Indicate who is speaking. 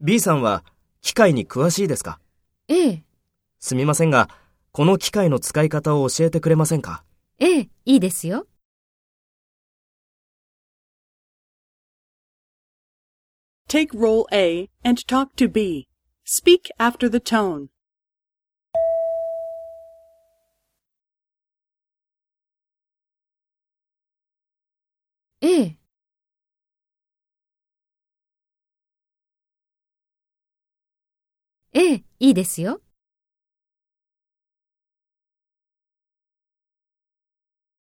Speaker 1: B さんは機械に詳しいですか
Speaker 2: ええ、
Speaker 1: すみませんが、この機械の使い方を教えてくれませんか
Speaker 2: ええ、いいですよ。
Speaker 3: Take role A and talk to B. Speak after the tone.
Speaker 2: ええ、ええ、いいですよ。